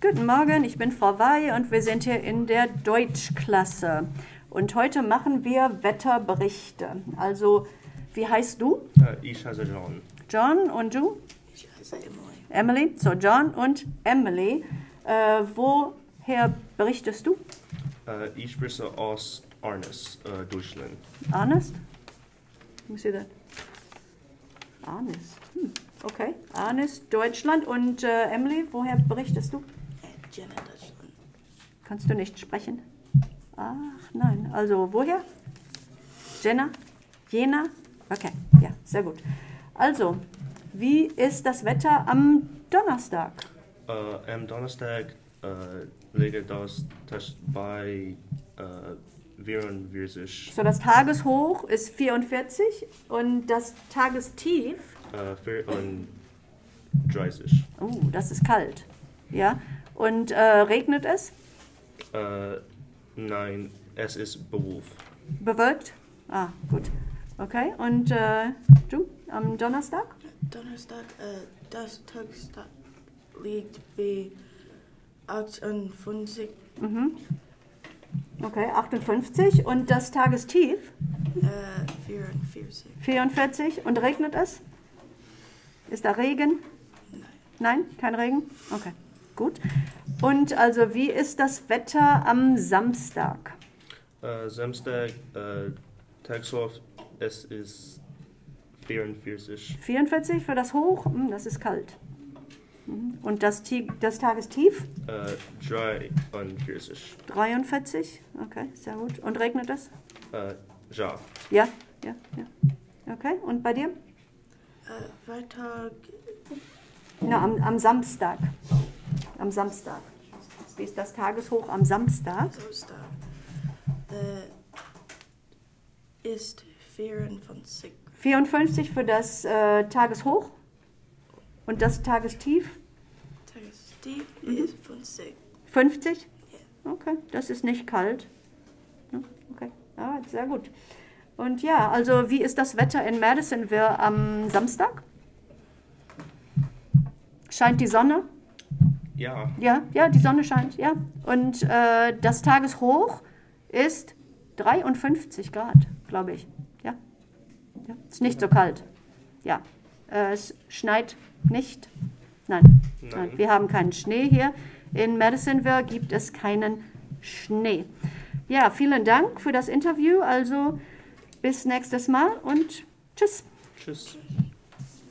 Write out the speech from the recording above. Guten Morgen, ich bin Frau Wey und wir sind hier in der Deutschklasse. Und heute machen wir Wetterberichte. Also, wie heißt du? Äh, Ich heiße John. John und du? Ich heiße Emily. Emily? So, John und Emily. Äh, woher berichtest du? Äh, Ich spreche aus Arnes, äh, Deutschland. Honest? Let me see that. Honest. Hm. Okay. Honest, Deutschland. Und äh, Emily, woher berichtest du? Jenna Deutschland. Kannst du nicht sprechen? Ach nein, also woher? Jena? Jena? Okay, ja, sehr gut. Also, wie ist das Wetter am Donnerstag? Äh, am Donnerstag äh, liegt das Test bei äh, 44, So, das Tageshoch ist 44 und das Tagestief, äh, 34. oh, das ist kalt. Ja, und äh, regnet es? Äh, nein, es ist Beruf. Bewölkt? Ah, gut. Okay, und äh, du am Donnerstag? Donnerstag, äh, das Tagstag liegt bei 58, Okay, 58 und das Tagestief? äh, 44. 44 und regnet es? Ist da Regen? Nein, kein Regen? Okay, gut. Und also, wie ist das Wetter am Samstag? Äh, Samstag, äh, Tagshof, es ist 44. 44 für das Hoch? Hm, das ist kalt. Mhm. Und das, Ti- das Tagestief? Äh, 43. 43? Okay, sehr gut. Und regnet es? Äh, ja. Ja, ja, ja. Okay, und bei dir? Äh, Freitag, Na, am, am Samstag. Am Samstag. Wie ist das Tageshoch am Samstag? Samstag, äh, ist 54. 54 für das äh, Tageshoch und das Tagestief Tagestief ist 50. 50. Okay, das ist nicht kalt. Ja, Okay, ah, sehr gut. Und ja, also wie ist das Wetter in Madisonville am Samstag? Scheint die Sonne? Ja. Ja, ja, die Sonne scheint, ja. Und äh, das Tageshoch ist 53 Grad, glaube ich. Ja. ja. Ist nicht so kalt. Ja. Äh, es schneit nicht. Nein. Nein. Nein. Wir haben keinen Schnee hier. In Madisonville gibt es keinen Schnee. Ja, vielen Dank für das Interview. Also bis nächstes Mal und tschüss. Tschüss.